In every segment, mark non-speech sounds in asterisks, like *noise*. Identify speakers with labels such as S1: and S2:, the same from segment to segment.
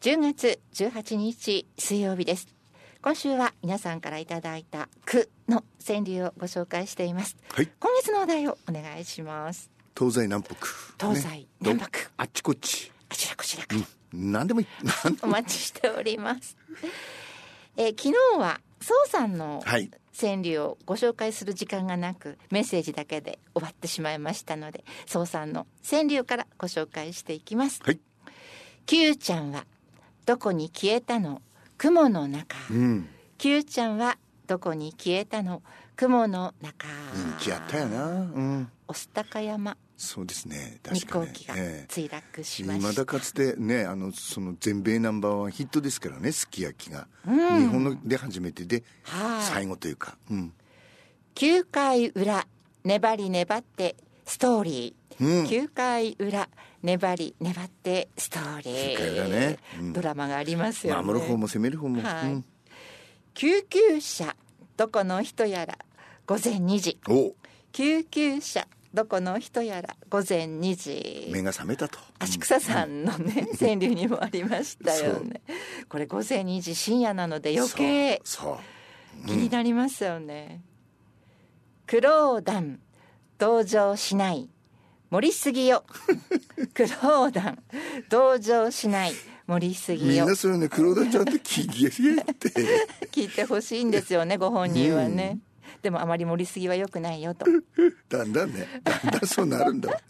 S1: 10月18日水曜日です今週は皆さんからいただいた句の川柳をご紹介しています
S2: はい
S1: 今月のお題をお願いします
S2: 東西南北
S1: 東
S2: ね
S1: 西南北、
S2: あっちこっち
S1: あちらこちらから
S2: 何でもいい *laughs* なん
S1: お待ちしており
S2: *laughs*
S1: ますえー昨日は宋さんの
S2: はい
S1: 川柳をご紹介する時間がなくメッセージだけで終わってしまいましたので宋さんの川柳からご紹介していきます
S2: はい
S1: Q ちゃんはどこに消えたの雲の中
S2: うん、
S1: Q ちゃんはどこに消えたの雲の中
S2: 人気あったよなうん
S1: 御巣鷹山
S2: そうですね
S1: 日
S2: 確か
S1: 航
S2: に、
S1: 機が
S2: ええ
S1: 墜落しま
S2: 未
S1: した、
S2: だかつてねあのその全米ナンバーワンヒットですからねすき焼きが、
S1: うん
S2: 日本ので初めてで
S1: はい
S2: 最後というか、うん
S1: 9回裏粘り粘ってストーリー、
S2: うん
S1: 9回裏粘り粘ってストーリー
S2: 9回裏ねうん
S1: ドラマがありますよね
S2: 守る方も攻める方も、
S1: はい
S2: うん、
S1: 救急車どこの人やら午前2時
S2: お
S1: 救急車どこの人やら午前2時
S2: 目が覚めたと
S1: 足草さんのね、川柳にもありましたよねこれ午前2時深夜なので余計
S2: そうそう
S1: 気になりますよね、苦労団同情しない森杉 *laughs* よ苦労団同情しない森杉
S2: みん
S1: よ
S2: なそれね黒田ちゃんと聞きやって *laughs*
S1: 聞いてほしいんですよねご本人はね、でもあまり森杉は良くないよと
S2: だんだんねだんだんそうなるんだわ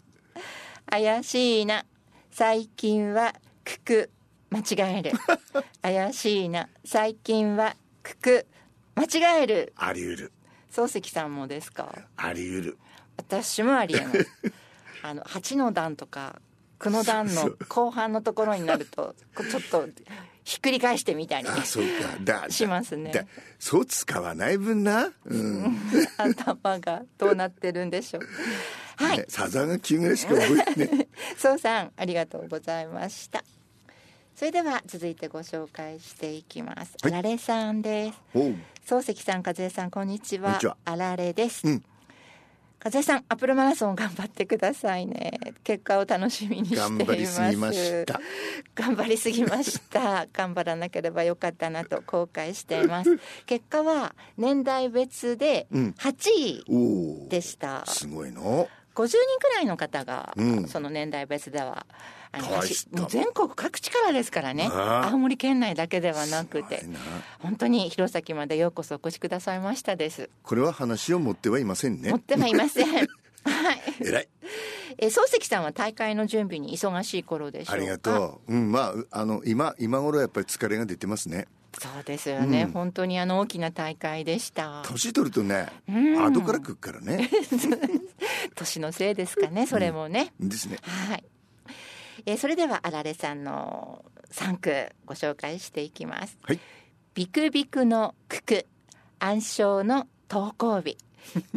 S1: 怪しいな最近はくく間
S2: *laughs*
S1: 違える怪しいな最近はくく間違える
S2: あり得る
S1: 漱石さんもですか
S2: あり得る
S1: 私もあ
S2: *laughs*
S1: りえないあの八の段とか九の段の後半のところになるとこうちょっとひっくり返してみたり
S2: あそうかだだ
S1: しますね
S2: だそう使わない分な、うん
S1: 頭がどうなってるんでしょうはい
S2: ねサザンが9ぐらいしか覚
S1: *laughs*
S2: えてね
S1: そうさんありがとうございましたそれでは続いてご紹介していきます、
S2: はい
S1: あられさんです
S2: おう
S1: 漱石さん和江さんこんにちは
S2: こんにちは
S1: あられです、
S2: うん
S1: 和江さんアップルマラソン頑張ってくださいね結果を楽しみにしています
S2: 頑張りすぎました
S1: 頑張りすぎました
S2: *laughs*
S1: 頑張らなければよかったなと後悔しています結果は年代別で
S2: うん
S1: 8位
S2: おう
S1: でした、
S2: すごいの
S1: 50人くらいの方が、
S2: うん
S1: その年代別ではあの
S2: 大した
S1: もう全国各地からですからね
S2: ね
S1: 青森県内だけではなくて
S2: すごいな
S1: 本当に弘前までようこそお越しくださいましたです
S2: これは話を持ってはいません
S1: 持っ
S2: ね
S1: てはいません *laughs* はい
S2: えらい
S1: え漱石さんは大会の準備に忙しい頃でしょう
S2: あ
S1: か
S2: りがとううんまああの今今頃やっぱり疲れが出てますね
S1: そうですよね、
S2: うん
S1: 本当にあの大きな大会でした
S2: 年取るとね
S1: うん
S2: 後から来るか
S1: *laughs*
S2: らね
S1: 年のせいですかねそれもね、
S2: ですね
S1: はい、えーそれではあられさんの3句ご紹介していきます
S2: はい
S1: ビクビクのクク暗礁の登校
S2: *laughs*
S1: 日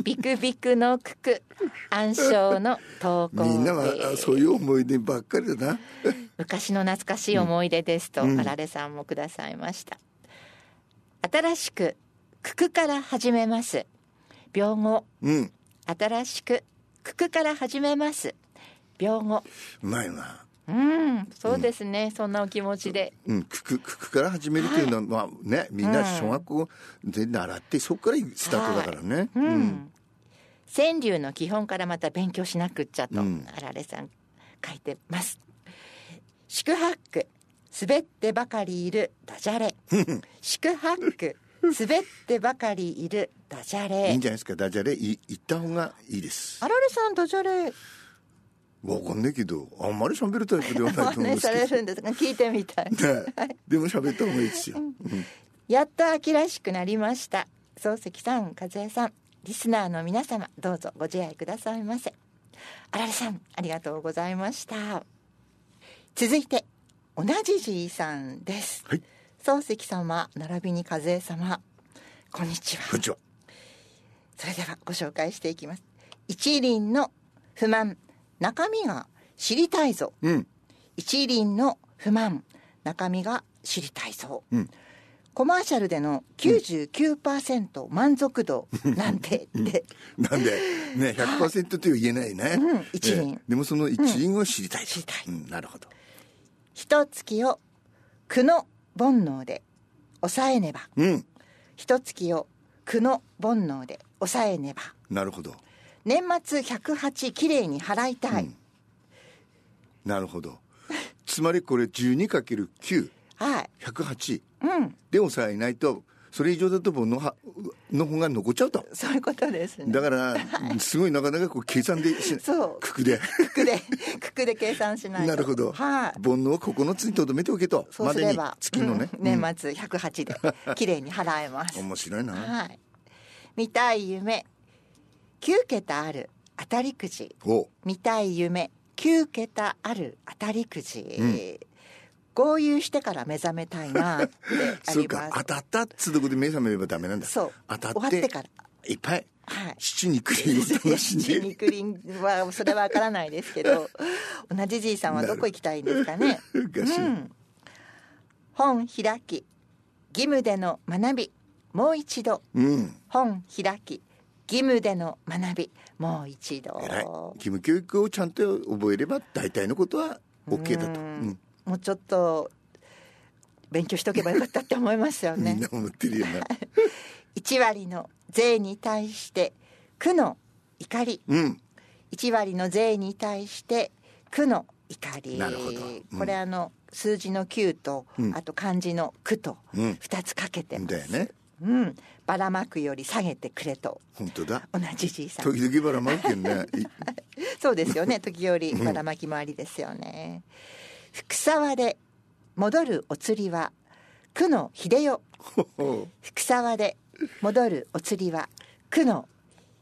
S1: ビクビクのクク暗礁の登 *laughs* 校日
S2: みんなはあそういう思い出ばっかりだな
S1: 昔の懐かしい思い出ですと、
S2: うん
S1: あられさんもくださいました新しくククから始めます病後
S2: うん
S1: 新しくククから始めます病後
S2: うまいな
S1: うんそうですね、そんなお気持ちで
S2: うん、くくくくから始めるというのは、まあねみんな小学校で習ってそこからスタートだからね、
S1: うん、
S2: うん
S1: 川柳の基本からまた勉強しなくっちゃと、
S2: うん
S1: あられさん書いてます四苦八苦滑ってばかりいるダジャレ四苦八苦滑ってばかりいるダジャ
S2: いい
S1: レ
S2: んじゃないですかダジャレい言った方がいいです
S1: あられさんダジャレ
S2: わかんないけどあんまり喋るタイプではない
S1: 真
S2: と思うん
S1: 似
S2: *laughs* です
S1: され
S2: けど、
S1: るんですが聞いてみたい
S2: ね、でも喋った方がいいですよ、うん
S1: やっと秋らしくなりました漱石さん和江さんリスナーの皆様どうぞご自愛くださいませあられさんありがとうございました続いて同じじいさんです、
S2: はい
S1: 漱石様並びに和江様こんにちは
S2: こんにちは
S1: それではご紹介していきます一輪の不満中身が知りたいぞ
S2: うん
S1: 一輪の不満中身が知りたいそう、
S2: うん
S1: コマーシャルでの99%満足度なんてって、
S2: なんでね100%とは言えないね、
S1: うん一輪
S2: ええでもその一輪を知りたいと、
S1: 知りたい
S2: うんなるほど
S1: 一月を苦の煩悩で抑えねば
S2: うん
S1: 一月を苦の煩悩で抑えねば
S2: なるほど
S1: 年末108きれいに払いたい、
S2: なるほどつまりこれ 12×9108
S1: はいうん
S2: で抑えないとそれ以上だともうのはのほが残っちゃうと
S1: そういうことですね
S2: だからすごいなかなかこう計算でし
S1: そう
S2: くくで
S1: くくで *laughs* くくで計算しないと
S2: なるほど
S1: はい
S2: 煩悩を9つにとどめておけと
S1: そう
S2: ますで
S1: れ
S2: に
S1: ば
S2: 月のね、
S1: うん年末108できれいに払えます
S2: 面白いな
S1: はい見たい夢9桁ある当たりくじ
S2: お
S1: 見たい夢9桁ある当たりくじ、
S2: ん
S1: 合流してから目覚めたいなってあ
S2: *laughs* そう
S1: り
S2: か
S1: ま
S2: 当たったっつうとこで目覚めればダメなんだ
S1: すそう
S2: 当たって
S1: 終わってから
S2: いっぱい
S1: はい
S2: 七肉にお楽しんで
S1: 肉林はそれはわからないですけ
S2: *laughs*
S1: ど同じじいさんはどこ行きたいんですかね
S2: おかしい
S1: うん本開き義務での学びもう一度
S2: うん
S1: 本開き義務での学びもう一度
S2: 偉い義務教育をちゃんと覚えれば大体のことは OK だと、
S1: う
S2: うんん
S1: もうちょっと勉強しとけばよかったって思いますよ
S2: みん
S1: ね
S2: な思ってるよな、
S1: 1割の税に対して区の怒り
S2: うん
S1: 1割の税に対して区の怒り
S2: なるほどうん
S1: これあの数字の9と、
S2: うん
S1: あと漢字の「区」と
S2: うん
S1: 2つかけてます
S2: だよね
S1: うん、ばらまくより下げてくれと
S2: 本当だ
S1: 同じじいさん
S2: 時々ばらまうけ
S1: *laughs*
S2: んねい *laughs*
S1: そうですよね時折ばらまき回りですよね福沢で戻るお釣りは区の秀代
S2: ほほ
S1: 福沢で戻るお釣りは区の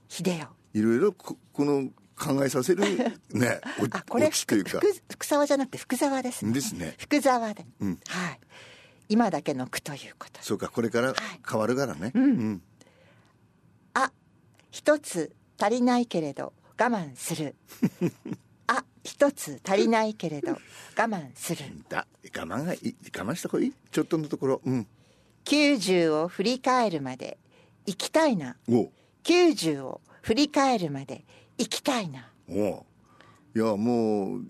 S1: 秀代
S2: いろいろここの考えさせるねお
S1: *laughs* あこれ
S2: オチという
S1: 福
S2: か
S1: 福福沢じゃなくて福沢ですね
S2: ですね
S1: 福沢で、
S2: うん
S1: はい今だけの区ということ
S2: そうかこれから変わるからね、うん
S1: あ一つ足りないけれど我慢す
S2: *laughs*
S1: るあ一つ足りないけれど我慢する
S2: だ我慢がいい我慢した方がいいちょっとのところうん
S1: 90を振り返るまで行きたいな
S2: おう
S1: 90を振り返るまで行きたいな
S2: おういやもう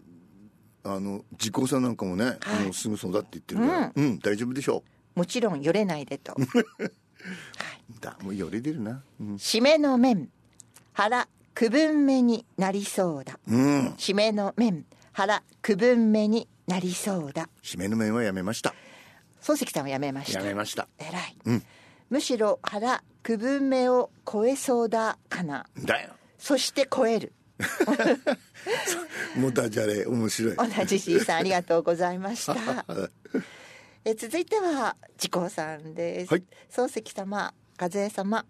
S2: あの時効さんなんかもね、
S1: はい
S2: もうすぐそうだって言ってるからうん、大丈夫でしょ
S1: もちろんよれないで
S2: *laughs*
S1: と
S2: うだもうよれ出るなうん、
S1: 締めの面腹区分目になりそうだ
S2: うん、
S1: 締めの面腹区分目になりそうだ
S2: 締めの面はやめました
S1: 漱石さんはやめました
S2: やめました
S1: 偉い、
S2: うん
S1: むしろ腹区分目を超えそうだかな
S2: だよ
S1: そして超える
S2: もうダジャレ面白い
S1: 同じ C さんありがとうございました
S2: あ
S1: え続いては時光さんです、
S2: はい
S1: 漱石様和江様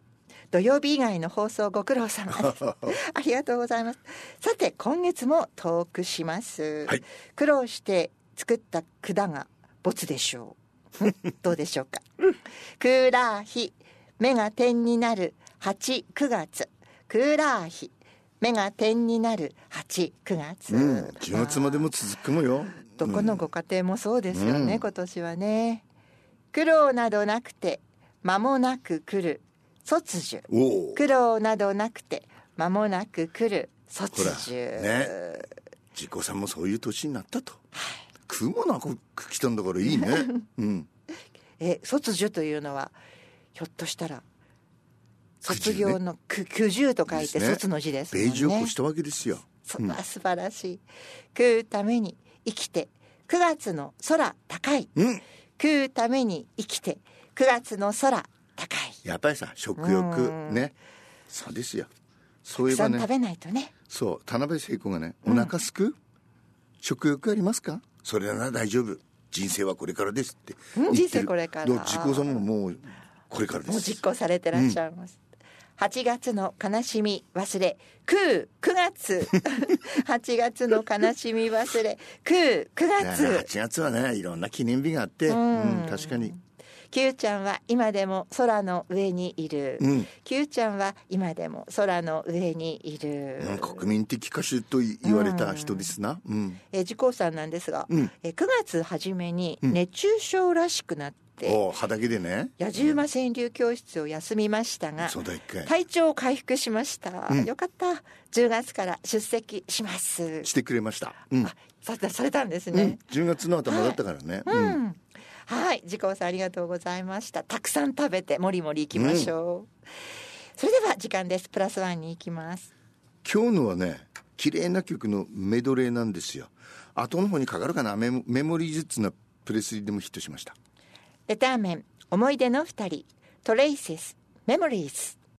S1: 土曜日以外の放送ご苦労
S2: *laughs*
S1: 様ですありがとうございますさて今月もトークします、
S2: はい
S1: 苦労して作った管がボツでしょう *laughs* んどうでしょうかクーラー日目が点になる89月クーラー日目が点になる89月、
S2: うん、10月までも続くもよ
S1: どこのご家庭もそうですよね、
S2: うん
S1: 今年はね苦労などなくて間もなく来る卒樹
S2: おお
S1: 苦労などなくて間もなく来る卒樹、
S2: ほらね自己さんもそういう年になったと食うものはこ来たんだからい
S1: *laughs*
S2: いねうん
S1: え卒樹というのはひょっとしたら
S2: 九十
S1: 卒
S2: ね
S1: 業のく九十と書いて
S2: ですね
S1: 卒の字です
S2: ベ
S1: もん
S2: ージュを
S1: ね
S2: 越したわけですよ
S1: そあ素晴らしい食うために生きて9月の空高い
S2: うん
S1: 食うために生きて9月の空高い
S2: やっぱりさ食欲
S1: うん
S2: ねそうですよそうい
S1: た
S2: え
S1: くさん
S2: ば
S1: 食
S2: ね
S1: べないとね
S2: そう田辺聖子がねお腹すく、食欲ありますかそれなら大丈夫人生はこれからですって言って
S1: 人
S2: る
S1: 生これから
S2: だ自己さんももうこれからで
S1: もう
S2: す
S1: 実行されてらっしゃいます、8月の悲しみ忘れ空9月
S2: *laughs*
S1: 8月の悲しみ忘れ空9月
S2: 8月はねいろんな記念日があって、うんん確かに
S1: Q ちゃんは今でも空の上にいる、
S2: うん
S1: Q ちゃんは今でも空の上にいる、
S2: うん国民的歌手とい言われた人ですな、うん
S1: えー、時効さんなんですが、
S2: うん
S1: えー9月初めに熱中症らしくなって、
S2: おお畑でね
S1: 野次馬川柳教室を休みましたが、
S2: そうだ一回
S1: 体調を回復しました、
S2: うん
S1: よかった10月から出席します
S2: してくれました、うん
S1: あさされたんです
S2: うん
S1: ね、
S2: 10月の頭だったからね、
S1: うん
S2: うん
S1: はい、時効さんありがとうございました。たくさん食べてもりもりいきましょう。それでは時間です。プラスワンに行きます。
S2: 今日のはね綺麗な曲のメドレーなんですよ後の方にかかるかなメモメモリーズっつうのはプレスリーでもヒットしました
S1: レターメン、思い出の二人、トレイセス、メモリーズ。